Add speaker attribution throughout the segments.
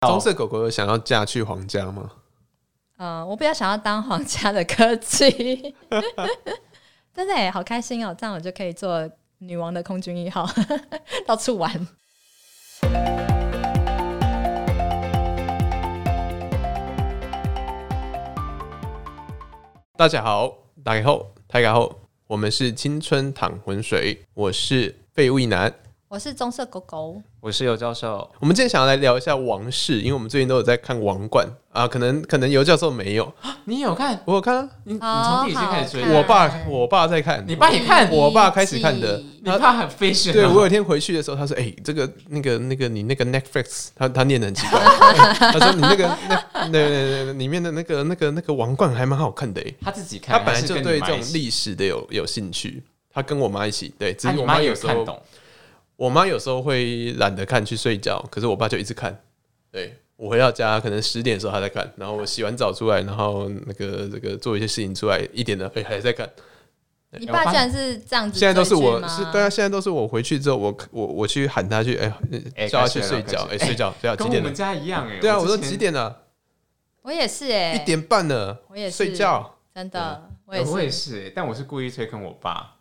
Speaker 1: 棕色狗狗有想要嫁去皇家吗？
Speaker 2: 呃，我比较想要当皇家的科技， 真的耶好开心哦！这样我就可以做女王的空军一号， 到处玩。
Speaker 1: 大家好，大家好，大家好，我们是青春淌浑水，我是废物一男。
Speaker 2: 我是棕色狗狗，
Speaker 3: 我是尤教授，
Speaker 1: 我们今天想要来聊一下王室，因为我们最近都有在看《王冠》啊，可能可能尤教授没有，
Speaker 3: 你有看？
Speaker 1: 我有看、啊，
Speaker 3: 你你
Speaker 2: 好
Speaker 3: 从第一季开始追
Speaker 2: 好看
Speaker 3: 的？
Speaker 1: 我爸我爸在看，
Speaker 3: 你爸也看
Speaker 1: 我爸开始看的。
Speaker 3: 你怕很 fashion？
Speaker 1: 呃对
Speaker 3: 哦
Speaker 1: 我有一天回去的时候，他说：“哎、这个那个那个你那个 Netflix，他他念的很奇怪， 他说你那个那那那那里面的那个那个那个王冠还蛮好看的、欸，
Speaker 3: 他自己看，
Speaker 1: 他本来
Speaker 3: 还是
Speaker 1: 就
Speaker 3: 跟你
Speaker 1: 对这
Speaker 3: 妈
Speaker 1: 种
Speaker 3: 一起
Speaker 1: 历史的有有兴趣。”他跟我妈一起，对，只
Speaker 3: 啊
Speaker 1: 是
Speaker 3: 你
Speaker 1: 我
Speaker 3: 妈也
Speaker 1: 有
Speaker 3: 有
Speaker 1: 时
Speaker 3: 看
Speaker 1: 候，
Speaker 3: 懂，
Speaker 1: 我妈有时候会懒得看去睡觉，可是我爸就一直看。对我回到家可能十点的时候还在看，然后我洗完澡出来，然后那个这个做一些事情出来，一点了，哎、还在看。
Speaker 2: 你爸居然是这样子，
Speaker 1: 现在都是我是对啊，现在都是我回去之后，我我我去喊他去，哎、
Speaker 3: 哎
Speaker 1: 叫他
Speaker 3: 该
Speaker 1: 去
Speaker 3: 睡了
Speaker 1: 睡
Speaker 3: 该
Speaker 1: 觉，哎、
Speaker 3: 睡
Speaker 1: 睡觉，睡觉
Speaker 3: 跟
Speaker 1: 几
Speaker 3: 我
Speaker 1: 点
Speaker 3: 们
Speaker 1: 了？
Speaker 3: 家一样哎。
Speaker 1: 对啊，我说
Speaker 3: 之前
Speaker 1: 几？点了？
Speaker 2: 我也是哎、
Speaker 1: 一点半了，
Speaker 2: 我也是
Speaker 1: 睡觉。
Speaker 2: 真的，我
Speaker 3: 哎
Speaker 2: 也
Speaker 3: 我
Speaker 2: 是
Speaker 3: 也是哎，但我是故意推坑我爸，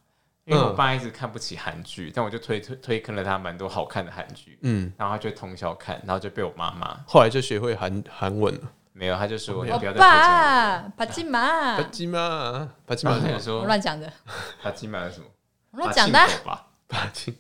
Speaker 3: 因为
Speaker 1: 嗯
Speaker 3: 我爸一直看不起韩剧，但我就推推推坑了他蛮多好看的韩剧，
Speaker 1: 嗯，
Speaker 3: 然后他就通宵看，然后就被我妈骂，
Speaker 1: 后来就学会韩韩文了。
Speaker 3: 没有，他就
Speaker 1: 哦
Speaker 3: 说你
Speaker 2: 我
Speaker 3: 不要再推荐
Speaker 2: 爸帕金马
Speaker 1: 巴，基玛，巴基
Speaker 3: 我。
Speaker 1: 玛
Speaker 3: 然
Speaker 1: 什
Speaker 3: 后他就
Speaker 1: 么？
Speaker 2: 我
Speaker 3: 说
Speaker 2: 乱讲的，
Speaker 3: 他今晚有什么？
Speaker 2: 我乱讲的啊
Speaker 3: 他。进口吧。
Speaker 1: 巴基。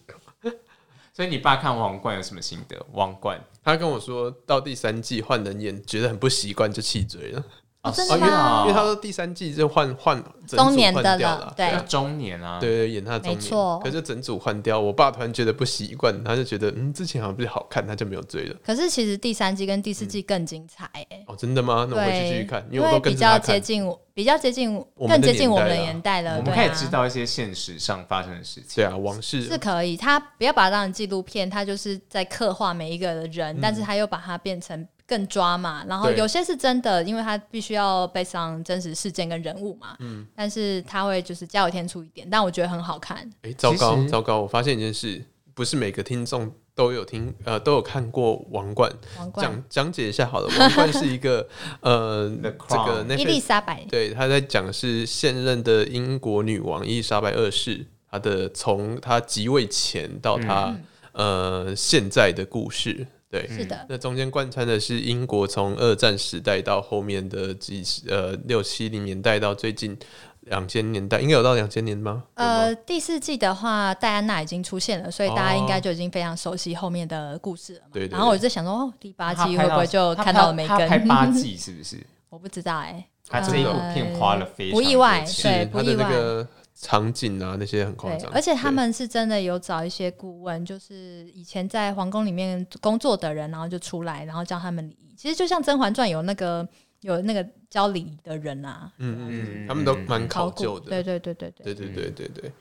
Speaker 3: 所以你爸看《王冠》有什么心得？《王冠》
Speaker 1: 他跟我说到第三季换人演，觉得很不习惯，就弃追了。
Speaker 2: 哦真的
Speaker 1: 哦
Speaker 3: 因为
Speaker 2: 吗
Speaker 1: 因为他说第三季就换换整组
Speaker 2: 中年的
Speaker 1: 换掉
Speaker 2: 了
Speaker 1: 了，
Speaker 2: 对
Speaker 3: 要中年啊，
Speaker 1: 对对，演他的中
Speaker 2: 没
Speaker 1: 年
Speaker 2: 错，
Speaker 1: 可是整组换掉，我爸突然觉得不习惯，他就觉得嗯，之前好像不是好看，他就没有追了。
Speaker 2: 可是其实第三季跟第四
Speaker 1: 嗯
Speaker 2: 季更精彩哎、
Speaker 1: 哦，真的吗？那我回去继续
Speaker 2: 对，
Speaker 1: 看，因
Speaker 2: 因
Speaker 1: 为我都跟
Speaker 2: 比
Speaker 1: 着他
Speaker 2: 较接
Speaker 1: 看。
Speaker 2: 近我，比较接近我
Speaker 1: 我们
Speaker 2: 更
Speaker 1: 的
Speaker 2: 接近
Speaker 1: 年
Speaker 2: 我
Speaker 1: 代
Speaker 2: 们的
Speaker 1: 了
Speaker 2: 年代了，
Speaker 3: 我们
Speaker 2: 对
Speaker 3: 可以
Speaker 2: 啊
Speaker 3: 知道一些现实上发生的事情。
Speaker 1: 对啊，王室
Speaker 2: 是可以，他不要把它当成纪录片，他就是在刻画每一个人，但是他又把它变成更抓嘛。然后
Speaker 1: 嗯对
Speaker 2: 有些是真的，因为他必须要背上真实事件跟人物嘛。嗯，但是他会就是加油添醋一点，但我觉得很好看。
Speaker 1: 哎、糟
Speaker 3: 其
Speaker 1: 糕
Speaker 3: 实
Speaker 1: 糟糕！我发现一件事，不是每个听众都有听呃都有看过《王冠》
Speaker 2: 王冠，
Speaker 1: 讲讲解一下好了，《王冠》是一个呃
Speaker 3: The
Speaker 1: 这个
Speaker 3: Crown
Speaker 2: 伊丽
Speaker 1: Netflix
Speaker 2: 莎白，
Speaker 1: 对他在讲是现任的英国女王伊丽莎白二世，她的从她即位前到
Speaker 2: 嗯
Speaker 1: 她、呃现在的故事，对，
Speaker 2: 是的，
Speaker 1: 那嗯中间贯穿的是英国从二战时代到后面的几十呃六七零年代到最近两千年代，应该有到两千年吗？有吗，
Speaker 2: 呃，第四季的话，戴安娜已经出现了，所以大家应该就已经非常熟悉后面的故事了嘛。
Speaker 1: 对对对
Speaker 2: 然后我就想说，哦，第八
Speaker 3: 他
Speaker 2: 季
Speaker 3: 拍
Speaker 2: 会不
Speaker 3: 到
Speaker 2: 会就
Speaker 3: 他
Speaker 2: 看
Speaker 3: 拍
Speaker 2: 到了梅
Speaker 3: 他 拍
Speaker 2: 根？
Speaker 3: 八季是不是？
Speaker 2: 我不知道哎、
Speaker 3: 他这一部片花了非常
Speaker 2: 不意外
Speaker 3: 多
Speaker 1: 是
Speaker 3: 钱
Speaker 2: 对不
Speaker 1: 它的
Speaker 2: 意
Speaker 1: 那
Speaker 2: 外
Speaker 1: 个场景啊那些很夸
Speaker 2: 对
Speaker 1: 张，，
Speaker 2: 而且他
Speaker 1: 对
Speaker 2: 们是真的有找一些顾问，就是以前在皇宫里面工作的人，然后就出来，然后教他们礼仪。其实就像《甄嬛传》有那个有那个教礼仪的人啊，
Speaker 1: 嗯嗯嗯，
Speaker 3: 嗯
Speaker 1: 他们都蛮考
Speaker 2: 考古
Speaker 1: 究的，
Speaker 2: 对对对对
Speaker 1: 对
Speaker 2: 对，
Speaker 1: 对对对对对，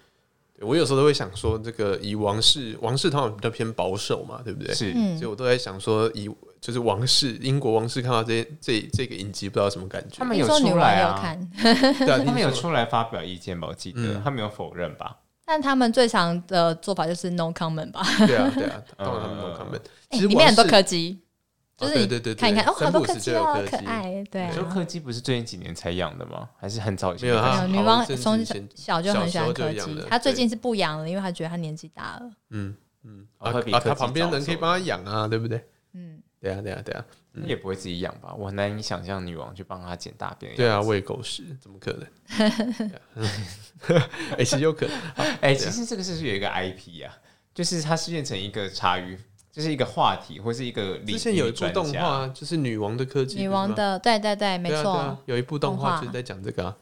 Speaker 1: 我有时候都会想说，这个以王室，王室他们比较偏保守嘛，对不对？
Speaker 3: 是
Speaker 2: 嗯
Speaker 1: 所以，我都在想说以，就是王室，英国王室看到这这这个影集，不知道什么感觉
Speaker 3: 他。们
Speaker 2: 听
Speaker 3: 有
Speaker 2: 说女
Speaker 3: 出
Speaker 2: 王
Speaker 3: 来
Speaker 2: 也有
Speaker 3: 啊，
Speaker 2: 看，
Speaker 1: 对啊，
Speaker 3: 他们有
Speaker 1: 听说
Speaker 3: 出来发表意见吧？我记得
Speaker 1: 嗯
Speaker 3: 他没有否认吧？
Speaker 2: 但他们最常的做法就是 no comment 吧，
Speaker 1: 对啊对啊，当然他们
Speaker 3: 嗯
Speaker 1: 都看们。其
Speaker 2: 哎
Speaker 1: 实
Speaker 2: 里面很多
Speaker 1: 王室
Speaker 2: 柯基，
Speaker 1: 哦
Speaker 2: 就是
Speaker 1: 对
Speaker 2: 你
Speaker 1: 对对，对
Speaker 2: 看一看哦，好
Speaker 1: 三
Speaker 2: 多
Speaker 1: 不
Speaker 2: 柯
Speaker 1: 时
Speaker 2: 基
Speaker 1: 就有
Speaker 2: 哦，
Speaker 1: 柯
Speaker 2: 可
Speaker 1: 基。
Speaker 2: 爱，对
Speaker 3: 你说
Speaker 2: 啊。
Speaker 3: 柯基不是最近几年才养的吗？还是很早以前
Speaker 1: 没有
Speaker 3: 就
Speaker 1: 他
Speaker 3: 开
Speaker 2: 没
Speaker 3: 始
Speaker 1: 好
Speaker 2: 有
Speaker 1: 像
Speaker 2: 女王
Speaker 1: 甚至
Speaker 2: 从
Speaker 1: 以前
Speaker 2: 小就很喜欢
Speaker 1: 小时候
Speaker 2: 柯
Speaker 1: 就养
Speaker 2: 基
Speaker 1: 了，
Speaker 2: 她最
Speaker 1: 对
Speaker 2: 近是不养了，因为她觉得她年纪大了。
Speaker 1: 嗯嗯，
Speaker 3: 哦
Speaker 1: 啊
Speaker 3: 会比
Speaker 1: 啊
Speaker 3: 柯
Speaker 1: 他
Speaker 3: 基
Speaker 1: 旁边
Speaker 3: 早
Speaker 1: 人可以
Speaker 3: 熟
Speaker 1: 帮他养啊，对不对？
Speaker 2: 嗯，
Speaker 1: 对啊对啊对啊，
Speaker 3: 那也不会自己养吧？我很难以想象女王去帮他捡大便。
Speaker 1: 对啊，，喂狗食怎么可能？ 哎，其实有可能。
Speaker 3: 哎，
Speaker 1: 啊
Speaker 3: 其实这个是不是有一个 IP 啊？就是它是变成一个茶余，就是一个话题或是一个领域
Speaker 1: 之前有一部
Speaker 3: 专
Speaker 1: 动
Speaker 3: 家
Speaker 1: 画，就是女王的科技，
Speaker 2: 女
Speaker 1: 不是
Speaker 2: 王
Speaker 1: 吗
Speaker 2: 的，对对对，没
Speaker 1: 对啊
Speaker 2: 错。
Speaker 1: 对啊有一部动
Speaker 2: 动
Speaker 1: 画
Speaker 2: 画
Speaker 1: 就是在讲这个啊。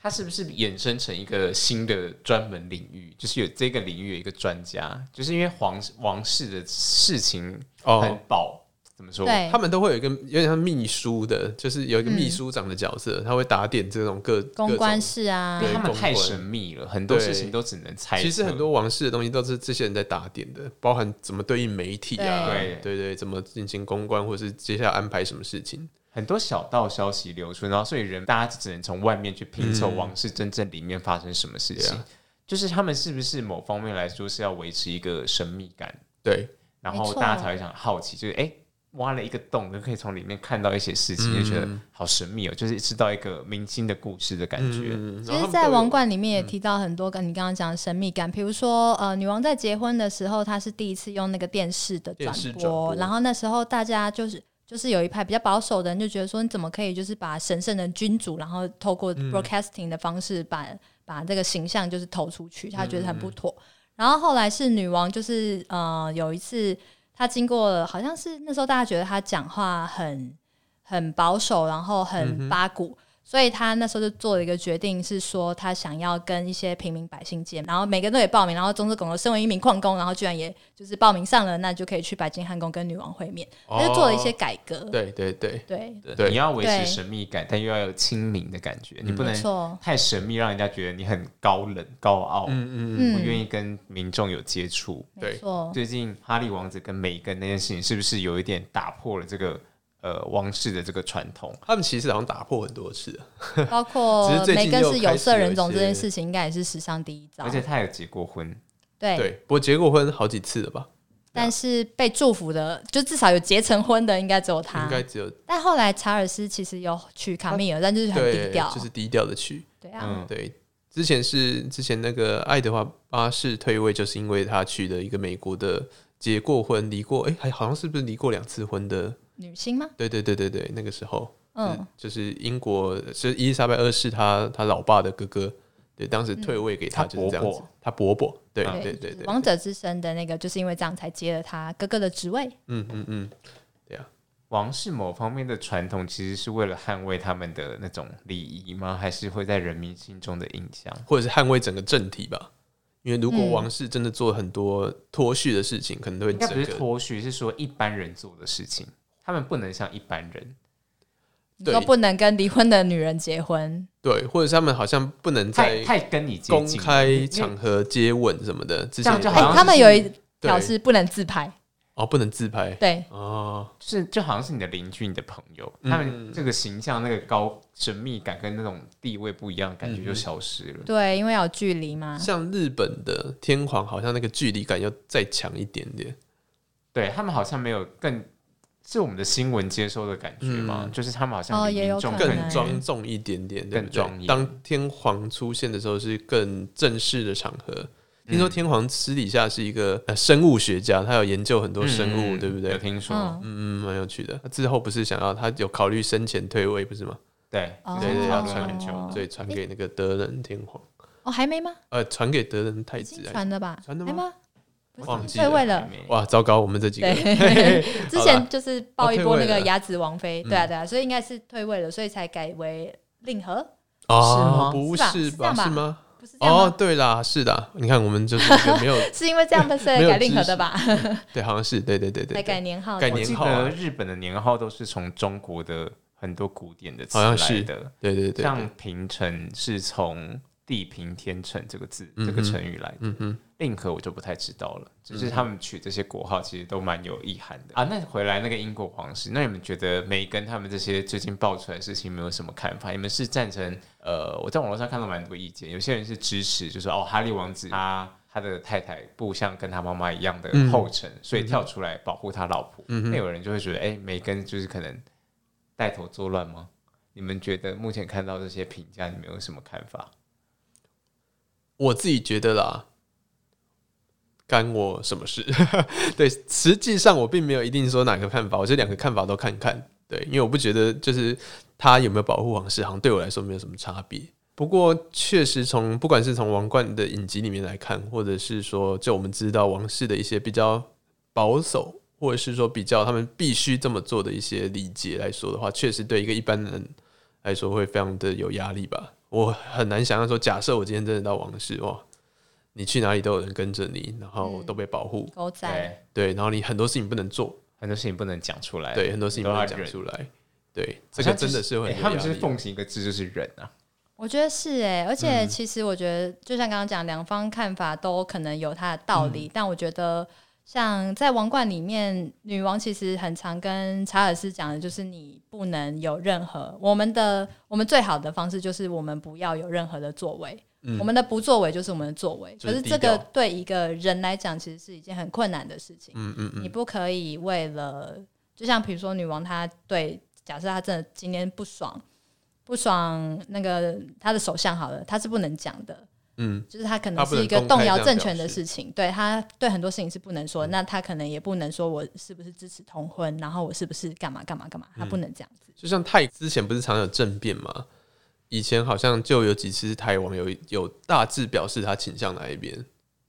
Speaker 3: 它是不是衍生成一个新的专门领域？就是有这个领域有一个专家，就是因为皇王室的事情很
Speaker 1: 哦，
Speaker 3: 保，怎么说？
Speaker 2: 对，
Speaker 1: 他们都会有一个有点像秘书的，就是有一个秘书长的角色，他会打点这种各
Speaker 2: 公关。
Speaker 1: 各种
Speaker 2: 室啊
Speaker 3: 因，为他
Speaker 1: 对
Speaker 3: 们
Speaker 1: 公
Speaker 3: 太
Speaker 1: 关
Speaker 3: 神秘了，很多
Speaker 1: 对
Speaker 3: 事情都只能猜测。嗯
Speaker 1: 其实很多王室的东西都是这些人在打点的，包含怎么对应媒体啊，
Speaker 3: 对
Speaker 1: 对对，怎么进行公关，或是接下来安排什么事情。
Speaker 3: 很多小道消息流出，然后所以人大家只能从外面去拼凑王室真正里面发生什么事情。
Speaker 1: 对啊
Speaker 3: 就是他们是不是某方面来说是要维持一个神秘感，
Speaker 1: 对，
Speaker 3: 然
Speaker 2: 没
Speaker 3: 后
Speaker 2: 错
Speaker 3: 大家才会想好奇，就是哎、挖了一个洞，就可以从里面看到一些事情，就觉得
Speaker 1: 嗯
Speaker 3: 好神秘哦，就是知道一个明星的故事的感觉。
Speaker 1: 嗯，
Speaker 2: 其
Speaker 1: 然后他们
Speaker 2: 实，在
Speaker 1: 都有嗯
Speaker 2: 王冠里面也提到很多跟你刚刚讲的神秘感，比如说呃，女王在结婚的时候，她是第一次用那个电视的转
Speaker 1: 电视
Speaker 2: 播，
Speaker 1: 转播
Speaker 2: 然后那时候大家就是。就是有一派比较保守的人就觉得说，你怎么可以就是把神圣的君主，然后透过
Speaker 1: 嗯
Speaker 2: broadcasting 的方式把、把这个形象就是投出去，他觉得
Speaker 1: 嗯
Speaker 2: 很不妥。然后后来是女王，就是呃有一次她经过了，好像是那时候大家觉得她讲话很很保守，然后
Speaker 1: 嗯
Speaker 2: 很八股，所以他那时候就做了一个决定，是说他想要跟一些平民百姓见面，然后每个人都也报名，然后钟志拱身为一名矿工，然后居然也就是报名上了，那就可以去白金汉宫跟女王会面，他就做了一些改革，
Speaker 1: 对对哦对，
Speaker 2: 对，
Speaker 1: 对嗯
Speaker 3: 你要维持
Speaker 2: 对
Speaker 3: 神秘感，但又要有亲民的感觉，你不
Speaker 2: 没
Speaker 3: 能
Speaker 2: 错，
Speaker 3: 太神秘，让人家觉得你很高冷、高傲，
Speaker 1: 嗯嗯，
Speaker 3: 不愿
Speaker 2: 嗯，
Speaker 3: 意跟民众有接触。
Speaker 1: 对
Speaker 2: 没错，
Speaker 3: 最近哈利王子跟梅根那件事情，是不是有一点打破了这个呃王室的这个传统？
Speaker 1: 他们其实好像打破很多次啊了，
Speaker 2: 包括
Speaker 1: 只是最近
Speaker 2: 梅根
Speaker 1: 又
Speaker 2: 是
Speaker 1: 开
Speaker 2: 有
Speaker 1: 始
Speaker 2: 色
Speaker 1: 有
Speaker 2: 人
Speaker 1: 一
Speaker 2: 种这件
Speaker 1: 些
Speaker 2: 事情，应该也是史上第一招
Speaker 3: 而，且他有结过婚，
Speaker 1: 对，不过结过婚好几次了吧？
Speaker 2: 但是被祝福的，就至少有结成婚的，应该只有他
Speaker 1: 应。该只有
Speaker 2: 但后来查尔斯其实有娶卡米尔，但就是很低
Speaker 1: 哦对
Speaker 2: 调，，
Speaker 1: 就是低调的去。
Speaker 2: 对啊，
Speaker 3: 嗯，
Speaker 1: 对，之前是之前那个爱德华八世退位，就是因为他娶了一个美国的结过婚、离过，哎、还好像是不是离过两次婚的？
Speaker 2: 女星吗？
Speaker 1: 对对对对对，那个时候，
Speaker 2: 嗯，
Speaker 1: 就是英国是伊丽莎白二世她她老爸的哥哥，对，当时退位给他
Speaker 3: 嗯
Speaker 1: 就是这样子
Speaker 3: 她，
Speaker 1: 他伯伯，对
Speaker 3: 嗯
Speaker 1: 对
Speaker 2: 就
Speaker 1: 对
Speaker 2: 是
Speaker 1: 对，
Speaker 2: 王者之声的那个，就是因为这样才接了他哥哥的职位。
Speaker 1: 嗯嗯嗯，
Speaker 3: 王室某方面的传统，其实是为了捍卫他们的那种礼仪吗？还是会在人民心中的印象？
Speaker 1: 或者是捍卫整个政体吧。因为如果
Speaker 2: 嗯
Speaker 1: 王室真的做很多脱序的事情，可能都会
Speaker 3: 应该
Speaker 1: 整
Speaker 3: 不是
Speaker 1: 个
Speaker 3: 脱序，是说一般人做的事情，他们不能像一般人。
Speaker 2: 你
Speaker 1: 对
Speaker 2: 说不能跟离婚的女人结婚，
Speaker 1: 对，或者是他们好像不能
Speaker 3: 太
Speaker 1: 在
Speaker 3: 太跟你接
Speaker 1: 公
Speaker 3: 近了，因
Speaker 1: 开
Speaker 3: 为
Speaker 1: 场合接吻什么的，之
Speaker 3: 这
Speaker 1: 前
Speaker 3: 样就
Speaker 2: 哎、
Speaker 3: 好像
Speaker 2: 他们有一
Speaker 1: 对
Speaker 2: 条是不能自拍，
Speaker 1: 哦，不能自拍
Speaker 2: 对，
Speaker 1: 哦，
Speaker 3: 就是就好像是你的邻居、你的朋友，
Speaker 1: 嗯
Speaker 3: 他们这个形象、那个高神秘感跟那种地位不一样，感
Speaker 1: 嗯
Speaker 3: 觉就消失了。
Speaker 2: 对，因为要有距离嘛。
Speaker 1: 像日本的天皇好像那个距离感要再强一点点，
Speaker 3: 对他们好像没有更是我们的新闻接收的感觉吗？
Speaker 1: 嗯
Speaker 3: 就是他们好像
Speaker 2: 哦
Speaker 3: 离
Speaker 2: 也有
Speaker 3: 民众
Speaker 2: 可能
Speaker 1: 更庄重一点点，对不
Speaker 3: 更
Speaker 1: 对
Speaker 3: 庄严
Speaker 1: 当天皇出现的时候是更正式的场合。
Speaker 3: 嗯
Speaker 1: 听说天皇私底下是一个、呃生物学家，他有研究很多
Speaker 3: 嗯
Speaker 1: 生物，对不
Speaker 3: 有
Speaker 1: 对？
Speaker 3: 听说，
Speaker 2: 嗯，
Speaker 1: 嗯，蛮有趣的。他之后不是想要他有考虑生前退位，不是吗？
Speaker 3: 对
Speaker 2: 哦
Speaker 1: 对对要传
Speaker 3: 很久
Speaker 2: 哦
Speaker 1: 所以传给那个德仁天皇，
Speaker 2: 哦，还没吗？
Speaker 1: 呃，传给德仁太
Speaker 2: 已
Speaker 1: 子
Speaker 2: 经
Speaker 1: 啊。
Speaker 2: 传了吧？
Speaker 1: 传了吗
Speaker 2: 还吗？不是
Speaker 1: 忘记
Speaker 2: 退
Speaker 1: 了
Speaker 2: 位了。
Speaker 1: 哇，糟糕，我们这几个
Speaker 2: 对，之
Speaker 1: 好啦
Speaker 2: 前就是爆一波那
Speaker 1: 哦
Speaker 2: 个
Speaker 1: 退位了
Speaker 2: 雅子王妃，对啊对啊，所以应该是退位了，所以才改为令和，
Speaker 1: 啊，
Speaker 3: 是吗
Speaker 1: 不
Speaker 2: 是吧
Speaker 1: 是
Speaker 2: 是这样吧
Speaker 1: 是吗？
Speaker 2: 不是这样
Speaker 1: 哦，
Speaker 2: 吗？
Speaker 1: 对啦，是的，你看我们就是一个没有
Speaker 2: 是因为这样被所以
Speaker 1: 没有
Speaker 2: 改令和
Speaker 1: 知识
Speaker 2: 的吧？
Speaker 1: 对，好像是对对对对
Speaker 2: 才改
Speaker 1: 对，
Speaker 2: 年号
Speaker 1: 改
Speaker 2: 的
Speaker 3: 我
Speaker 1: 年
Speaker 3: 记
Speaker 1: 号啊
Speaker 3: 得日本的年号都是从中国的很多古典的词
Speaker 1: 好像
Speaker 3: 来
Speaker 1: 是
Speaker 3: 的，
Speaker 1: 对对对，
Speaker 3: 像平成是从地平天成这个字、这个
Speaker 1: 嗯哼
Speaker 3: 成语来的。
Speaker 1: 嗯哼，嗯
Speaker 3: 令和我就不太知道了，只是他们取这些国号其实都蛮有意涵的、啊。那回来那个英国皇室，那你们觉得梅根他们这些最近爆出来的事情有没有什么看法？你们是赞成？呃，我在网络上看到蛮多意见，有些人是支持，就说哦，哈利王子他他的太太不像跟他妈妈一样的
Speaker 1: 嗯
Speaker 3: 后尘，所以跳出来保护他老婆。
Speaker 1: 嗯
Speaker 3: 那
Speaker 1: 哼，
Speaker 3: 有人就会觉得，哎、梅根就是可能带头作乱吗？你们觉得目前看到这些评价，你们有什么看法？
Speaker 1: 我自己觉得啦，干我什么事？对，实际上我并没有一定说哪个看法，我这两个看法都看看。对，因为我不觉得就是他有没有保护皇室，好像对我来说没有什么差别。不过确实从不管是从王冠的影集里面来看，或者是说就我们知道王室的一些比较保守，或者是说比较他们必须这么做的一些礼节来说的话，确实对一个一般人来说会非常的有压力吧。我很难想象说，假设我今天真的到王室哇，你去哪里都有人跟着你，然后
Speaker 2: 嗯
Speaker 1: 都被保护，
Speaker 2: 狗仔，
Speaker 1: 对，然后你很多事情不能做，
Speaker 3: 很多事情不能讲出来，
Speaker 1: 对，很多事情不能讲
Speaker 3: 哎你都要忍
Speaker 1: 出来，对，
Speaker 3: 好
Speaker 1: 这个
Speaker 3: 像
Speaker 1: 真的是会
Speaker 3: 欸
Speaker 1: 很有
Speaker 3: 他们
Speaker 1: 压
Speaker 3: 就是
Speaker 1: 力啊
Speaker 3: 奉行一个字，就是忍啊。
Speaker 2: 我觉得是哎、而且
Speaker 1: 嗯
Speaker 2: 其实我觉得，就像刚刚讲，两方看法都可能有它的道理，
Speaker 1: 嗯
Speaker 2: 但我觉得。像在王冠里面，女王其实很常跟查尔斯讲的，就是你不能有任何我们的我们最好的方式就是我们不要有任何的作为，
Speaker 1: 嗯
Speaker 2: 我们的不作为就是我们的作为。
Speaker 1: 就是
Speaker 2: 可
Speaker 1: 低
Speaker 2: 是这个
Speaker 1: 调
Speaker 2: 对一个人来讲，其实是一件很困难的事情。
Speaker 1: 嗯嗯
Speaker 2: 你
Speaker 1: 嗯，
Speaker 2: 不可以为了就像比如说女王，她对假设她真的今天不爽，不爽那个她的首相好了，她是不能讲的。
Speaker 1: 嗯，
Speaker 2: 就是她可
Speaker 1: 她
Speaker 2: 能
Speaker 1: 不
Speaker 2: 是
Speaker 1: 能
Speaker 2: 一个
Speaker 1: 公开
Speaker 2: 动摇
Speaker 1: 这样
Speaker 2: 政
Speaker 1: 表
Speaker 2: 权的
Speaker 1: 示
Speaker 2: 事情，对她对很多事情是不能说的，那她可能也不能说我是不是支持同婚，然后我是不是干嘛干嘛干嘛，她不能这样子。
Speaker 1: 就像泰之前不是常有政变嘛，以前好像就有几次台网有有大致表示他倾向哪一边，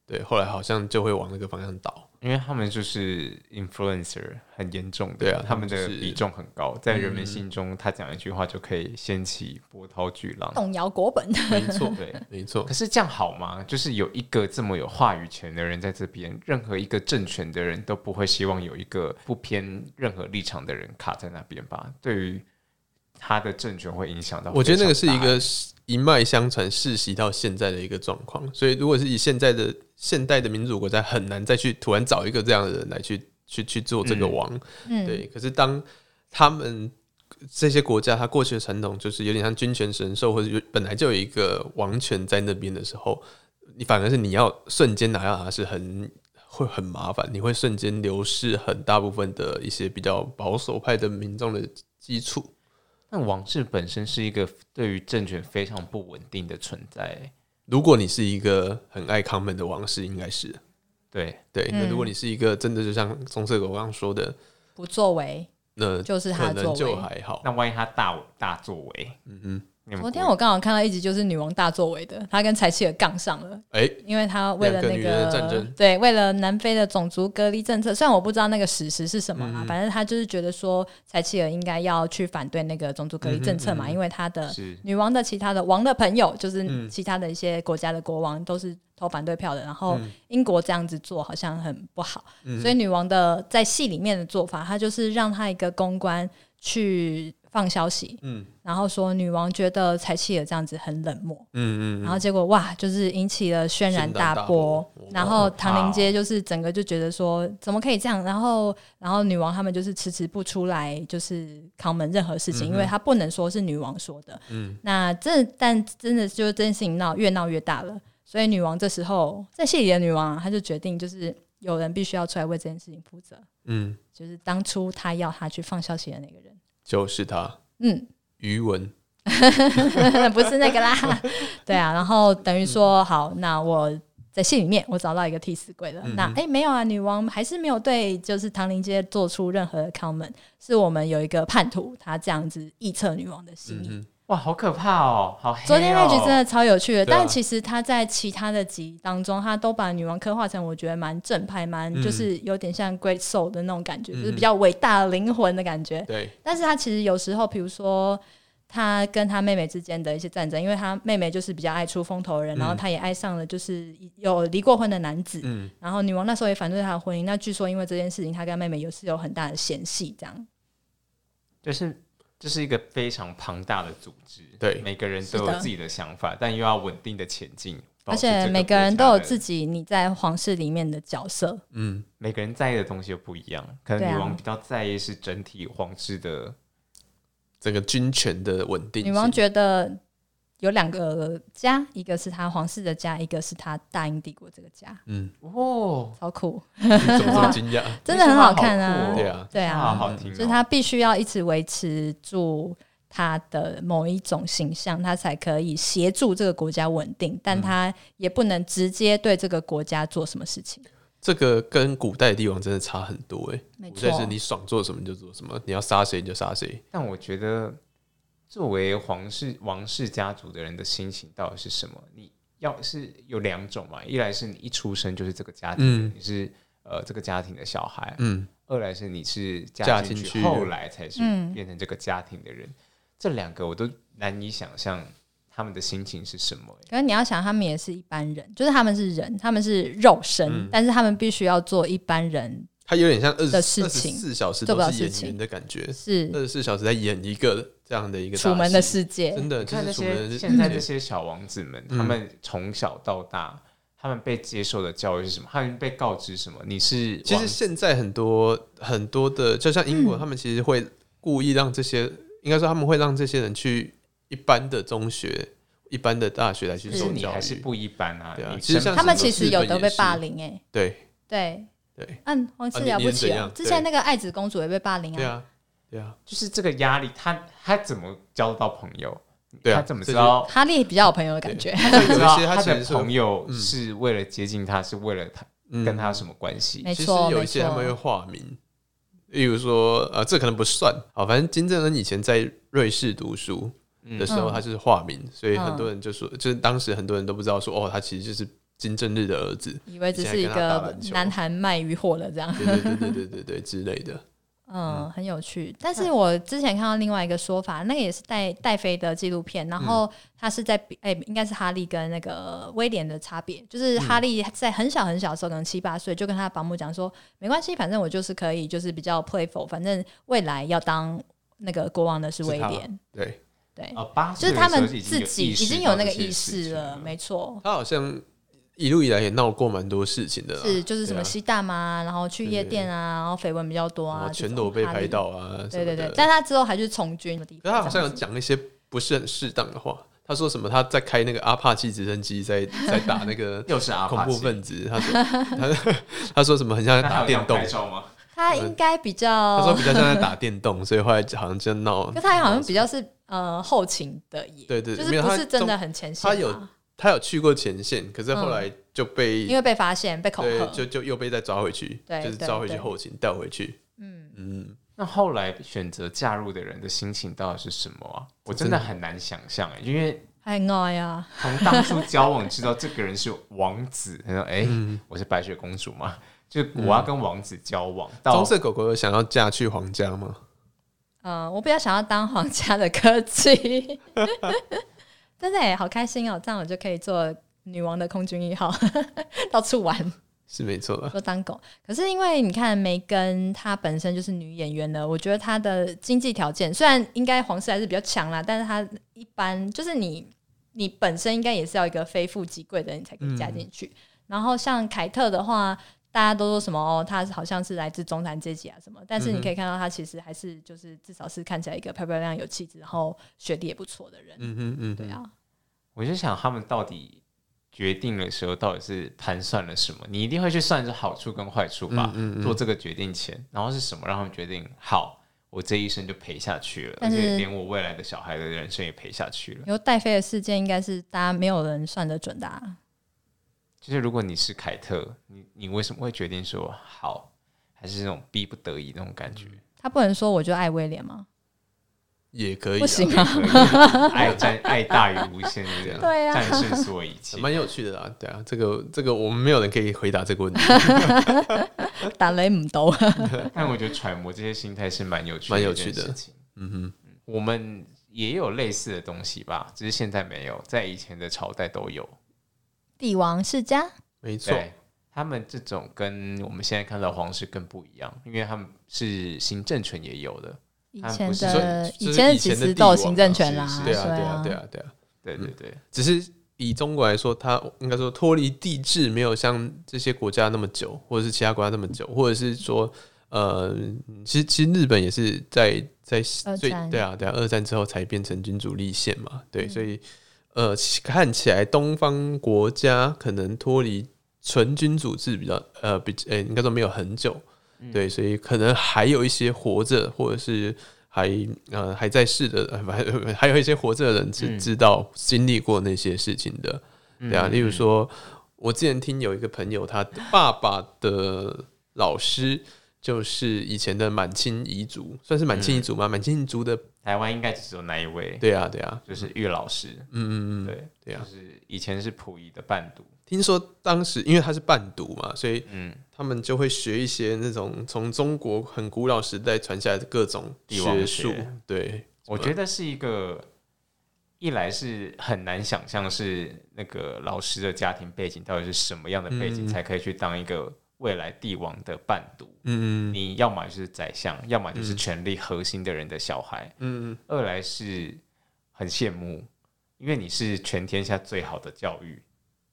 Speaker 1: 对，后来好像就会往那个方向倒。
Speaker 3: 因为他们就是 influencer 很严重的，
Speaker 1: 对啊
Speaker 3: 他们
Speaker 1: 他
Speaker 3: 的
Speaker 1: 们就是嗯
Speaker 3: 比重很高，在人们心中，他讲一句话就可以掀起波涛巨浪。
Speaker 2: 动摇国本，
Speaker 1: 没错，
Speaker 3: 对，
Speaker 1: 没错
Speaker 3: 可，是这样好吗？就是有一个这么有话语权的人在这边，任何一个政权的人都不会希望有一个不偏任何立场的人卡在那边吧？对于他的政权会影响到非常大。
Speaker 1: 我觉得那个是一个一脉相传世袭到现在的一个状况，所以如果是以现在的现代的民主国家，很难再去突然找一个这样的人来去去去做这个
Speaker 3: 嗯
Speaker 1: 王。
Speaker 2: 嗯，
Speaker 1: 对，可是当他们这些国家，它过去的传统就是有点像君权神授，或者有本来就有一个王权在那边的时候，你反而是你要瞬间拿到它是很会很麻烦，你会瞬间流失很大部分的一些比较保守派的民众的基础。
Speaker 3: 那王室本身是一个对于政权非常不稳定的存在。
Speaker 1: 如果你是一个很爱抗门的王室，应该是
Speaker 3: 对，
Speaker 1: 对。
Speaker 2: 嗯
Speaker 1: 那如果你是一个真的就像棕色狗刚刚说的，
Speaker 2: 不作为
Speaker 1: 那
Speaker 2: 就是他
Speaker 1: 可
Speaker 2: 的作
Speaker 1: 能就
Speaker 2: 为。
Speaker 1: 还好。
Speaker 3: 那万一他大大作为，
Speaker 1: 嗯嗯，
Speaker 3: 你们
Speaker 2: 昨天
Speaker 3: 国
Speaker 2: 我刚好看到一集，就是女王大作为的，她跟柴契尔杠上了。
Speaker 1: 哎、
Speaker 2: 因为他为了
Speaker 1: 两个
Speaker 2: 那
Speaker 1: 女人的战
Speaker 2: 个
Speaker 1: 争
Speaker 2: 对，为了南非的种族隔离政策，虽然我不知道那个史实是什么
Speaker 1: 嗯
Speaker 2: 啦，反正他就是觉得说柴契尔应该要去反对那个种族隔离政
Speaker 1: 嗯
Speaker 2: 策嘛，因为他的
Speaker 3: 是
Speaker 2: 女王的其他的王的朋友，就是
Speaker 1: 嗯
Speaker 2: 其他的一些国家的国王都是投反对票的，然后
Speaker 1: 嗯
Speaker 2: 英国这样子做好像很不好，所以女王的在戏里面的做法，她就是让她一个公关去放消息，
Speaker 1: 嗯
Speaker 2: 然后说女王觉得柴契尔这样子很冷漠。
Speaker 1: 嗯嗯，
Speaker 2: 然后结果哇，就是引起了轩然大
Speaker 1: 轩然大
Speaker 2: 波
Speaker 1: 波。
Speaker 2: 然
Speaker 3: 哇好
Speaker 2: 后
Speaker 3: 怕
Speaker 2: 唐宁街就是整个就觉得说，怎么可以这样？然后，然后女王他们就是迟迟不出来，就是扛门任何事情，因为她不能说是女王说的。
Speaker 1: 嗯
Speaker 2: 嗯，那这但真的就是这件事情闹越闹越大了，所以女王这时候在戏里的女王啊，她就决定就是有人必须要出来为这件事情负责，
Speaker 1: 嗯，
Speaker 2: 就是当初她要她去放消息的那个人。
Speaker 1: 就是他。
Speaker 2: 嗯，
Speaker 1: 余文，
Speaker 2: 不是那个啦，对啊，然后等于说，好，那我在戏里面我找到一个替死鬼了。
Speaker 1: 嗯
Speaker 2: 那哎、诶没有啊，女王还是没有对就是唐宁街做出任何的 comment，是我们有一个叛徒，他这样子臆测女王的心
Speaker 1: 嗯
Speaker 2: 意。
Speaker 1: 哼，
Speaker 3: 哇，好可怕哦！好黑、哦，
Speaker 2: 昨天那局真的超有趣的，
Speaker 1: 对啊
Speaker 2: 但其实他在其他的集当中，他都把女王刻画成我觉得蛮正派，蛮
Speaker 1: 嗯
Speaker 2: 就是有点像 Great Soul 的那种感觉，
Speaker 1: 嗯
Speaker 2: 就是比较伟大的灵魂的感觉。
Speaker 1: 对，
Speaker 2: 但是他其实有时候，比如说他跟他妹妹之间的一些战争，因为他妹妹就是比较爱出风头的人，
Speaker 1: 嗯
Speaker 2: 然后他也爱上了就是有离过婚的男子，
Speaker 1: 嗯，
Speaker 2: 然后女王那时候也反对他的婚姻。那据说因为这件事情，他跟妹妹有是有很大的嫌隙，
Speaker 3: 嗯
Speaker 2: 这样
Speaker 3: 就是这、是一个非常庞大的组织，
Speaker 1: 对
Speaker 3: 每个人都
Speaker 2: 是
Speaker 3: 有
Speaker 2: 的
Speaker 3: 自己的想法，但又要稳定的前进，保
Speaker 2: 而
Speaker 3: 持这
Speaker 2: 且每
Speaker 3: 个
Speaker 2: 个人都有
Speaker 3: 国家的
Speaker 2: 自己你在皇室里面的角色，
Speaker 1: 嗯，
Speaker 3: 每个人在意的东西又不一样，可
Speaker 2: 对
Speaker 3: 能
Speaker 2: 啊
Speaker 3: 女王比较在意是整体皇室的，
Speaker 1: 整个军权的稳定性，
Speaker 2: 女王觉得有两个家，一个是她皇室的家，一个是她大英帝国这个家，
Speaker 1: 嗯，
Speaker 3: 哦，
Speaker 2: 超酷，
Speaker 1: 你怎么这么 惊讶？
Speaker 2: 真的很好看
Speaker 3: 这
Speaker 2: 啊！
Speaker 1: 对
Speaker 3: 句话好酷哦
Speaker 1: 啊
Speaker 2: 对啊
Speaker 3: 好好听哦、
Speaker 2: 就是她必须要一直维持住她的某一种形象，她才可以协助这个国家稳定，
Speaker 1: 嗯
Speaker 2: 但她也不能直接对这个国家做什么事情。
Speaker 1: 这个跟古代帝王真的差很多哎、
Speaker 2: 没
Speaker 1: 古代是你爽做什么就做什么，你要杀谁你就杀谁，
Speaker 3: 但我觉得，作为皇室王室家族的人的心情到底是什么？你要是有两种嘛，一来是你一出生就是这个家庭，
Speaker 1: 嗯
Speaker 3: 你是呃这个家庭的小孩；
Speaker 1: 嗯，
Speaker 3: 二来是你是
Speaker 1: 嫁
Speaker 3: 嫁进
Speaker 1: 进
Speaker 3: 去
Speaker 1: 去
Speaker 3: 后来才是
Speaker 2: 嗯
Speaker 3: 变成这个家庭的人。这两个我都难以想象他们的心情是什么、欸
Speaker 2: 可是你要想，他们也是一般人，就是他们是人，他们是肉身，
Speaker 1: 嗯
Speaker 2: 但是他们必须要做一般人
Speaker 1: 它有点像二
Speaker 2: 的
Speaker 1: 十
Speaker 2: 事情
Speaker 1: 四小时
Speaker 2: 做
Speaker 1: 都
Speaker 2: 不了
Speaker 1: 是演
Speaker 2: 事
Speaker 1: 员
Speaker 2: 情
Speaker 1: 的感觉，
Speaker 2: 是
Speaker 1: 二十四小时在演一个这样的一个大
Speaker 2: 楚门的
Speaker 1: 戏，
Speaker 2: 世界。
Speaker 1: 真的
Speaker 3: 你
Speaker 1: 就
Speaker 3: 看那
Speaker 1: 是楚门的
Speaker 3: 些
Speaker 1: 世
Speaker 3: 现在
Speaker 1: 界
Speaker 3: 这些小王子们，
Speaker 1: 嗯
Speaker 3: 他们从小到大，他们被接受的教育是什么？他们被告知什么？你是
Speaker 1: 其
Speaker 3: 王
Speaker 1: 实现在很多很多的，就像英国，他们其实会故意让这些，应该说他们会让这些人去一般的中学、一般的大学来去
Speaker 3: 其实
Speaker 1: 受
Speaker 3: 你
Speaker 1: 教
Speaker 3: 还是
Speaker 1: 育。
Speaker 3: 不一般啊。
Speaker 1: 对啊
Speaker 3: 你
Speaker 1: 其实
Speaker 3: 身
Speaker 1: 像
Speaker 2: 他们
Speaker 1: 什么
Speaker 2: 其实有的被
Speaker 1: 日本也是
Speaker 2: 霸凌哎、欸
Speaker 1: 对
Speaker 2: 对，
Speaker 1: 对
Speaker 2: 嗯，皇室
Speaker 1: 啊你
Speaker 2: 了
Speaker 1: 你
Speaker 2: 不
Speaker 1: 是
Speaker 2: 起
Speaker 1: 怎
Speaker 2: 哦
Speaker 1: 样！
Speaker 2: 之前那个爱子公主也被霸凌
Speaker 1: 对
Speaker 2: 啊，
Speaker 1: 啊，对啊，
Speaker 3: 就是这个压力，他他怎么交到朋友？
Speaker 1: 对啊
Speaker 3: 他怎么
Speaker 1: 这
Speaker 3: 知
Speaker 1: 就
Speaker 3: 道？
Speaker 2: 哈利比较有朋友的感觉。
Speaker 1: 有一
Speaker 3: 知道
Speaker 1: 些他
Speaker 3: 他
Speaker 1: 其
Speaker 3: 的
Speaker 1: 实是有
Speaker 3: 朋友是为了接近他，是为了他
Speaker 1: 嗯
Speaker 3: 跟他有什么关系？
Speaker 2: 没
Speaker 1: 其实
Speaker 2: 错，
Speaker 1: 有
Speaker 2: 没
Speaker 1: 一些他们会
Speaker 2: 错。
Speaker 1: 化名，例如说，呃，这可能不算。好，反正金正恩以前在瑞士读书的时候，
Speaker 2: 嗯
Speaker 1: 他就是化名，所以
Speaker 2: 嗯
Speaker 1: 很多人就说，就是当时很多人都不知道说，哦，他其实就是金正日的儿子，
Speaker 2: 以为只是
Speaker 1: 以
Speaker 2: 一
Speaker 1: 前还跟他打
Speaker 2: 个
Speaker 1: 篮球
Speaker 2: 南韩卖鱼货的这样，
Speaker 1: 对对对对对对对之类的。
Speaker 2: 嗯，很有趣。但是我之前看到另外一个说法，那个也是戴戴妃的纪录片，然后他是在比，哎、应该是哈利跟那个威廉的差别，就是哈利在很小很小的时候，可能七八岁，就跟他保姆讲说，没关系，反正我就是可以，就是比较 playful，反正未来要当那个国王的是
Speaker 1: 是
Speaker 2: 威
Speaker 1: 他
Speaker 2: 廉，
Speaker 1: 对
Speaker 2: 对，
Speaker 3: 哦，八
Speaker 2: 就
Speaker 3: 岁
Speaker 2: 是
Speaker 3: 的
Speaker 2: 他
Speaker 3: 时
Speaker 2: 们
Speaker 3: 候已
Speaker 2: 自己
Speaker 3: 经
Speaker 2: 已经
Speaker 3: 有
Speaker 2: 有那个意
Speaker 3: 意
Speaker 2: 识
Speaker 3: 识到 这
Speaker 2: 了，
Speaker 3: 些事情
Speaker 2: 没错。
Speaker 1: 他好像一路以来也闹过蛮多事情的啦，
Speaker 2: 是，就是什么
Speaker 1: 对啊
Speaker 2: 吸大麻、啊，然后去夜店啊，然后绯闻比较多
Speaker 1: 然
Speaker 2: 啊
Speaker 1: 后，
Speaker 2: 这
Speaker 1: 哦全
Speaker 2: 种
Speaker 1: 裸被
Speaker 2: 哈利
Speaker 1: 拍到啊，什
Speaker 2: 对
Speaker 1: 么
Speaker 2: 对
Speaker 1: 的
Speaker 2: 对，但他之后还去从军的地
Speaker 1: 可
Speaker 2: 方。
Speaker 1: 是他好像
Speaker 2: 这
Speaker 1: 有
Speaker 2: 样子
Speaker 1: 讲一些不是很适当的话。他说什么？他在开那个阿帕奇直升机，在在打那个
Speaker 3: 又是阿
Speaker 1: 恐
Speaker 3: 帕
Speaker 1: 怖
Speaker 3: 奇
Speaker 1: 分子，他说 他他说什么很像在
Speaker 3: 那他
Speaker 1: 打
Speaker 3: 有
Speaker 1: 电动
Speaker 3: 拍，照吗？
Speaker 2: 他应该比
Speaker 1: 他说
Speaker 2: 较，
Speaker 1: 比较像在 打电动，所以后来好像就闹
Speaker 2: 可。他好像比较哦是呃后勤的也，
Speaker 1: 对对，
Speaker 2: 就
Speaker 1: 没
Speaker 2: 是
Speaker 1: 有
Speaker 2: 不
Speaker 1: 他
Speaker 2: 是真的
Speaker 1: 中，
Speaker 2: 很前线
Speaker 1: 他
Speaker 2: 啊。
Speaker 1: 有他有去过前线，可是后来就被
Speaker 2: 因为被发现被恐吓
Speaker 1: 对，就就又被再抓回去，
Speaker 2: 对
Speaker 1: 就是
Speaker 2: 对
Speaker 1: 抓回去
Speaker 2: 对
Speaker 1: 后勤调回去。
Speaker 2: 嗯，
Speaker 1: 嗯，
Speaker 3: 那后来选择嫁入的人的心情到底是什么啊？我真的很难想象哎，因为
Speaker 2: 很爱啊，
Speaker 3: 从当初交往知道这个人是王子， 他说：“哎、我是白雪公主嘛，就我要跟王子交往。到
Speaker 1: 棕色狗狗有想要嫁去皇家吗？
Speaker 2: 呃，我比较想要当皇家的科技， 真的耶好开心哦，这样我就可以做女王的空军一号， 到处玩。
Speaker 1: 是没错 啦，
Speaker 2: 说当狗，可是因为你看梅根她本身就是女演员了，我觉得她的经济条件虽然应该皇室还是比较强啦，但是她一般就是你你本身应该也是要一个非富即贵的人你才可以加进去。然后像凯特的话，大家都说什么哦，她好像是来自中产阶级啊什么，但是你可以看到她其实还是就是至少是看起来一个漂漂亮亮、有气质，然后学历也不错的人。
Speaker 1: 嗯哼嗯
Speaker 2: 对
Speaker 1: 哼，
Speaker 2: 啊，
Speaker 3: 我就想他们到底决定的时候到底是盘算了什么？你一定会去算是好处跟坏处吧？做这个决定前，然后是什么让他们决定好？我这一生就陪下去了，而
Speaker 2: 但是
Speaker 3: 且连我未来的小孩的人生也陪下去了。
Speaker 2: 因为戴妃的事件应该是大家没有人算得准的、啊。
Speaker 3: 就是如果你是凯特，你你为什么会决定说好？还是那种逼不得已那种感觉？
Speaker 2: 她不能说我就爱威廉吗？
Speaker 1: 也可以
Speaker 2: 不
Speaker 1: 啊，
Speaker 2: 行啊，
Speaker 3: 可以 爱战爱大于无限，对不
Speaker 2: 对啊
Speaker 3: 战胜所有一切。
Speaker 1: 蛮有趣的啦。对啊，这个这个我们没有人可以回答这个 问题，
Speaker 2: 打雷唔到。
Speaker 3: 但我觉得揣摩这些心态是蛮有趣，
Speaker 1: 蛮有趣的
Speaker 3: 的一件事情。
Speaker 1: 嗯哼。
Speaker 3: 我们也有类似的东西吧，只是现在没有，在以前的朝代都有。
Speaker 2: 帝王世家，
Speaker 1: 没错，
Speaker 3: 对，他们这种跟我们现在看到的皇室更不一样，因为他们是行政权也有的。
Speaker 2: 以
Speaker 3: 啊
Speaker 2: 前
Speaker 3: 不是
Speaker 2: 的
Speaker 1: 说就是
Speaker 2: 前的
Speaker 1: 以
Speaker 2: 其
Speaker 1: 前的
Speaker 2: 实
Speaker 1: 帝
Speaker 2: 都有
Speaker 1: 王
Speaker 2: 行
Speaker 1: 啊
Speaker 2: 政权
Speaker 3: 是
Speaker 2: 啦
Speaker 3: 是，
Speaker 1: 对啊，
Speaker 2: 啊，
Speaker 1: 对啊，对，啊，对啊。
Speaker 3: 对对对，
Speaker 1: 只是以中国来说，它应该说脱离帝制没有像这些国家那么久，或者是其他国家那么久，或者是说，呃，其实其实日本也是在在
Speaker 2: 二
Speaker 1: 最
Speaker 2: 战
Speaker 1: 对啊对啊，二战之后才变成君主立宪嘛，对，所以呃，其看起来东方国家可能脱离纯君主制比较呃比呃、应该说没有很久，对，所以可能还有一些活着或者是。还呃还在世的，呃 还还有一些活着的人是
Speaker 3: 嗯
Speaker 1: 知道经历过那些事情的，对啊，
Speaker 3: 嗯
Speaker 1: 例如说，我之前听有一个朋友，他爸爸的老师就是以前的满清彝族，算是满清彝
Speaker 3: 嗯
Speaker 1: 族吗？满、清彝族的，
Speaker 3: 台湾应该只有那一位，
Speaker 1: 对啊，对啊，
Speaker 3: 就是玉老师。
Speaker 1: 嗯嗯嗯，
Speaker 3: 对
Speaker 1: 对啊
Speaker 3: 就是以前是溥仪的伴读。
Speaker 1: 听说当时因为他是伴读嘛，所以
Speaker 3: 嗯，
Speaker 1: 他们就会学一些那种从中国很古老时代传下来的各种
Speaker 3: 帝王
Speaker 1: 学
Speaker 3: 学
Speaker 1: 术，对，
Speaker 3: 我觉得是一个，一来是很难想象是那个老师的家庭背景到底是什么样的背景，
Speaker 1: 嗯
Speaker 3: 才可以去当一个未来帝王的伴读。
Speaker 1: 嗯嗯
Speaker 3: 你要么就是宰相，要么就是权力核心的人的小孩。
Speaker 1: 嗯，
Speaker 3: 二来是很羡慕，因为你是全天下最好的教育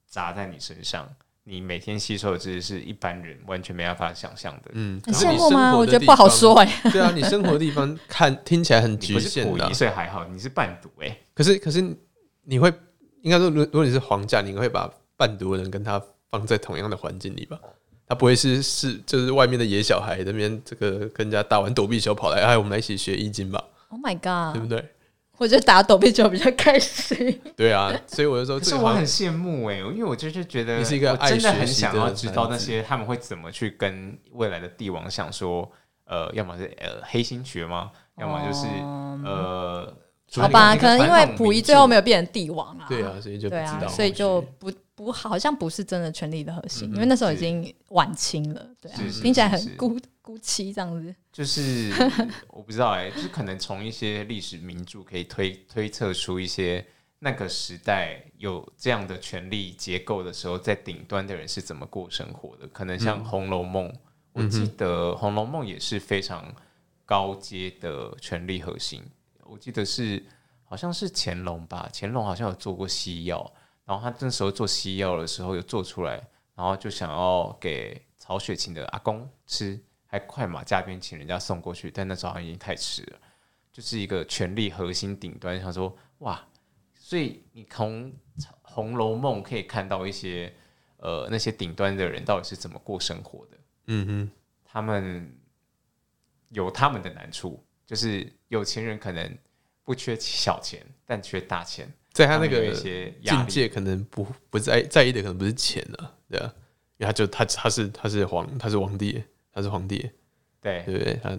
Speaker 3: 砸在你身上。你每天吸收的知识是一般人完全没办法想象的。
Speaker 1: 嗯，
Speaker 2: 很
Speaker 1: 然后
Speaker 2: 啊羡
Speaker 1: 你
Speaker 2: 慕
Speaker 1: 生
Speaker 2: 吗？
Speaker 1: 活
Speaker 2: 我
Speaker 1: 的
Speaker 2: 觉得
Speaker 1: 地
Speaker 2: 不好
Speaker 1: 方
Speaker 2: 说哎，
Speaker 1: 对啊，你生活的地方看听起来很
Speaker 3: 你
Speaker 1: 局
Speaker 3: 不是
Speaker 1: 限
Speaker 3: 溥
Speaker 1: 的啊
Speaker 3: 仪，，所以还好，你是伴读哎、
Speaker 1: 可是可是你会应该说，如如果你是皇家，你会把伴读的人跟他放在同样的环境里吧？他不会是是就是外面的野小孩那边这个跟人家打完躲避球跑来，哎，我们来一起学易经吧，
Speaker 2: Oh my
Speaker 3: 啊
Speaker 1: 对不
Speaker 2: god！
Speaker 1: 对？
Speaker 2: 我觉得打躲避球比较 开心。
Speaker 1: 对啊，所以我就说
Speaker 3: 可
Speaker 1: 这
Speaker 3: 是
Speaker 1: 个
Speaker 3: 我
Speaker 1: 好
Speaker 3: 很
Speaker 1: 像
Speaker 3: 羡慕哎、因为我就是觉得
Speaker 1: 你是一个
Speaker 3: 我
Speaker 1: 爱
Speaker 3: 真的很
Speaker 1: 学习
Speaker 3: 想
Speaker 1: 的
Speaker 3: 要知道
Speaker 1: 孩
Speaker 3: 那
Speaker 1: 子
Speaker 3: 些他们会怎么去跟未来的帝王想说，呃，要么是呃黑心学吗？要么就是、
Speaker 2: 嗯
Speaker 3: 呃，
Speaker 2: 好
Speaker 3: 那
Speaker 2: 吧，
Speaker 3: 个
Speaker 2: 可能因为溥仪最后没
Speaker 3: 有
Speaker 2: 有变成帝王啊。
Speaker 1: 对啊，所以就不
Speaker 2: 对
Speaker 1: 知道
Speaker 2: 啊，
Speaker 1: 后续，
Speaker 2: 所以就不不好像不是真的权力的核心，
Speaker 1: 嗯
Speaker 2: 因为那时候已
Speaker 3: 是
Speaker 2: 经晚清了，对啊
Speaker 3: 是是，
Speaker 2: 听起来
Speaker 3: 是
Speaker 2: 很孤孤凄这样子。
Speaker 3: 就是我不知道哎、就是可能从一些历史名著可以推推测出一些那个时代有这样的权力结构的时候，在顶端的人是怎么过生活的。可能像《红楼梦》我记得《红楼梦》也是非常高阶的权力核心，我记得是好像是乾隆吧，乾隆好像有做过西药，然后他那时候做西药的时候有做出来，然后就想要给曹雪芹的阿公吃，还快马加鞭请人家送过去，但那时候好像已经太迟了，就是一个权力核心顶端，想说哇，所以你从《红楼梦》可以看到一些呃那些顶端的人到底是怎么过生活的，
Speaker 1: 嗯哼，
Speaker 3: 他们有他们的难处，就是有钱人可能不缺小钱，但缺大钱，
Speaker 1: 在他那
Speaker 3: 们有
Speaker 1: 个
Speaker 3: 一些压
Speaker 1: 境
Speaker 3: 力。
Speaker 1: 界可能不不在在意的可能不是钱啊，对啊，因为他就他他是他是皇他是皇帝，他是皇帝，
Speaker 3: 对，
Speaker 1: 对不对？他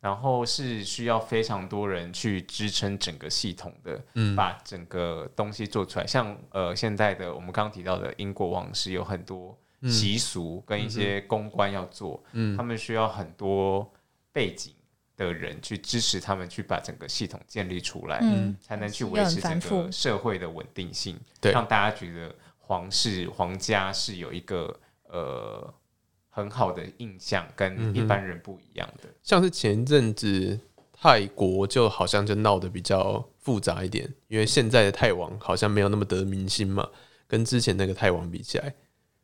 Speaker 3: 然后是需要非常多人去支撑整个系统的，把整个东西做出来。像呃，现在的我们刚刚提到的英国王室有很多习俗跟一些公关要做，他们需要很多背景的人去支持他们去把整个系统建立出
Speaker 1: 哎
Speaker 3: 来，
Speaker 2: 嗯
Speaker 3: 才能去维持
Speaker 2: 要
Speaker 3: 整
Speaker 2: 很
Speaker 3: 个
Speaker 2: 繁复
Speaker 3: 社会的稳定性，
Speaker 1: 对
Speaker 3: 让大家觉得皇室皇家是有一个呃很好的印象，跟一般人不一样的。
Speaker 1: 像是前一阵子泰国就好像就闹得比较复杂一点，因为现在的泰王好像没有那么得民心嘛，跟之前那个泰王比起来，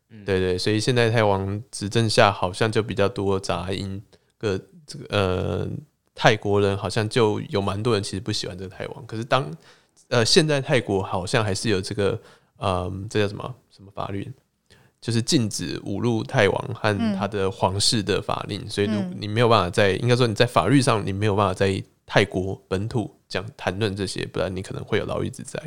Speaker 3: 嗯
Speaker 1: 对对，所以现在泰王执政下好像就比较多杂音，个这个呃泰国人好像就有蛮多人其实不喜欢这个泰王，可是当呃现在泰国好像还是有这个嗯这叫什么什么法律？就是禁止侮辱泰王和他的皇室的法令，所以如
Speaker 2: 嗯
Speaker 1: 你没有办法在，应该说你在法律上你没有办法在泰国本土讲谈论这些，不然你可能会有牢狱之灾。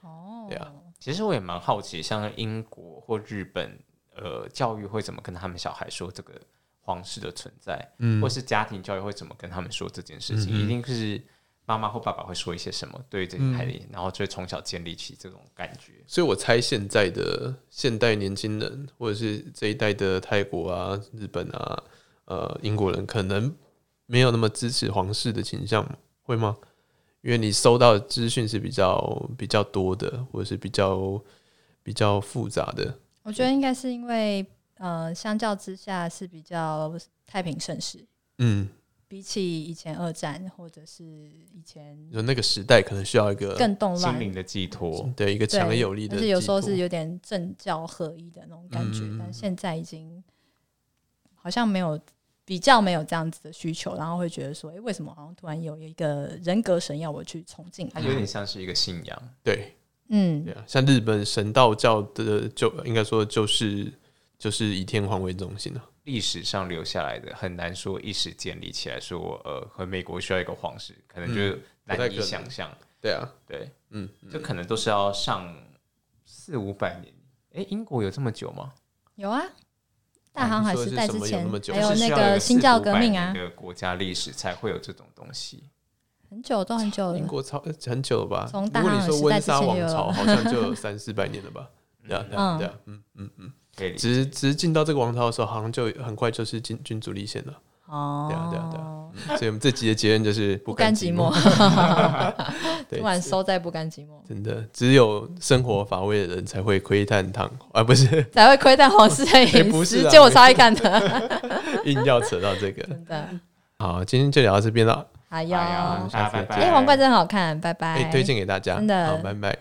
Speaker 2: 哦
Speaker 1: 对啊
Speaker 3: 其实我也蛮好奇，像英国或日本，呃，教育会怎么跟他们小孩说这个皇室的存在，
Speaker 1: 嗯
Speaker 3: 或是家庭教育会怎么跟他们说这件事
Speaker 1: 嗯
Speaker 3: 情？
Speaker 1: 嗯
Speaker 3: 一定是妈妈或爸爸会说一些什么对于这些孩子，然后就会从小建立起这种感觉。
Speaker 1: 所以我猜现在的现代年轻人，或者是这一代的泰国啊、日本啊、呃英国人，可能没有那么支持皇室的倾向，会吗？因为你收到的资讯是比较比较多的，或者是比较比较复杂的。
Speaker 2: 我觉得应该是因为呃，相较之下是比较太平盛世，
Speaker 1: 嗯，
Speaker 2: 比起以前二战或者是以前
Speaker 1: 就那个时代可能需要一个
Speaker 2: 更动
Speaker 3: 心
Speaker 2: 乱，
Speaker 3: 灵的寄托，
Speaker 1: 对一个强而
Speaker 2: 对
Speaker 1: 有力的
Speaker 2: 但
Speaker 1: 寄托，
Speaker 2: 是有时候是有点政教合一的那种感觉，
Speaker 1: 嗯
Speaker 2: 但现在已经好像没有比较没有这样子的需求，然后会觉得说，哎、为什么好像突然有一个人格神要我去崇敬
Speaker 3: 它
Speaker 2: 他？
Speaker 3: 有点像是一个信仰。
Speaker 1: 对
Speaker 2: 嗯
Speaker 1: 对，啊，像日本神道教的就应该说就是就是以天皇为中心了、啊。
Speaker 3: 历史上留下来的很难说一时建立起来说，呃，和美国需要一个皇室，可能就
Speaker 1: 嗯不太
Speaker 3: 难
Speaker 1: 可
Speaker 3: 以
Speaker 1: 能
Speaker 3: 想象。
Speaker 1: 对啊，
Speaker 3: 对，
Speaker 1: 嗯，
Speaker 3: 这可能都是要上四五百年。诶，英国有这么久吗？
Speaker 2: 有啊，大航海时代之
Speaker 1: 你说是什么有
Speaker 2: 前
Speaker 1: 那么久
Speaker 2: 还有
Speaker 3: 就是
Speaker 2: 那
Speaker 3: 需要
Speaker 2: 个
Speaker 3: 有
Speaker 2: 新教革命啊
Speaker 3: 400，年的国家历史才会有这种东西。
Speaker 2: 很久都很久
Speaker 1: 英
Speaker 2: 了。
Speaker 1: 国超很久了吧？
Speaker 2: 哦从
Speaker 1: 如
Speaker 2: 大
Speaker 1: 果你
Speaker 2: 航海
Speaker 1: 说
Speaker 2: 时
Speaker 1: 温
Speaker 2: 代之
Speaker 1: 莎
Speaker 2: 前
Speaker 1: 王
Speaker 2: 就有
Speaker 1: 朝，
Speaker 2: 了
Speaker 1: 好像就 有三四百年了吧？对啊，对啊，对啊，嗯嗯嗯。
Speaker 3: 可以理解，
Speaker 1: 只是只是进到这个王朝的时候，好像就很快就是君君主立宪 了。
Speaker 2: 哦，
Speaker 1: 对啊对啊对啊嗯所以我们这集的结论就是不
Speaker 2: 不甘寂
Speaker 1: 寂
Speaker 2: 寞
Speaker 1: 寞，，对
Speaker 2: 突然收在不甘寂寞，
Speaker 1: 真的只有生活乏味的人才会窥探堂皇，啊，不是
Speaker 2: 才会窥探皇室 的
Speaker 1: 哎不
Speaker 2: 隐
Speaker 1: 是
Speaker 2: 私
Speaker 1: 啊。
Speaker 2: 结果超爱看的，
Speaker 1: 硬要扯到这个。
Speaker 2: 真的。
Speaker 1: 好，今天就聊到这边了。
Speaker 2: 还有，
Speaker 3: 哎呀大家拜拜。
Speaker 2: 哎，皇冠真好看，拜拜。
Speaker 1: 哎、推荐给大家，
Speaker 2: 真的
Speaker 1: 好，拜拜。